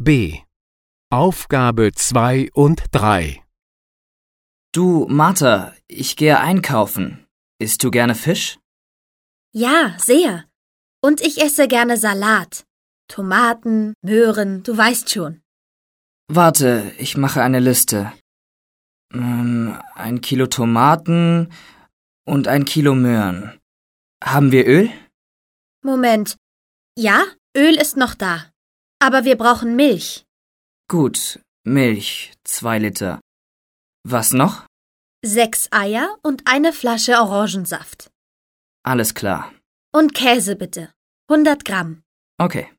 B. Aufgabe 2 und 3. Du, Martha, ich gehe einkaufen. Isst du gerne Fisch? Ja, sehr. Und ich esse gerne Salat. Tomaten, Möhren, du weißt schon. Warte, ich mache eine Liste. Ähm, ein Kilo Tomaten und ein Kilo Möhren. Haben wir Öl? Moment. Ja, Öl ist noch da. Aber wir brauchen Milch. Gut, Milch, zwei Liter. Was noch? Sechs Eier und eine Flasche Orangensaft. Alles klar. Und Käse bitte. 100 Gramm. Okay.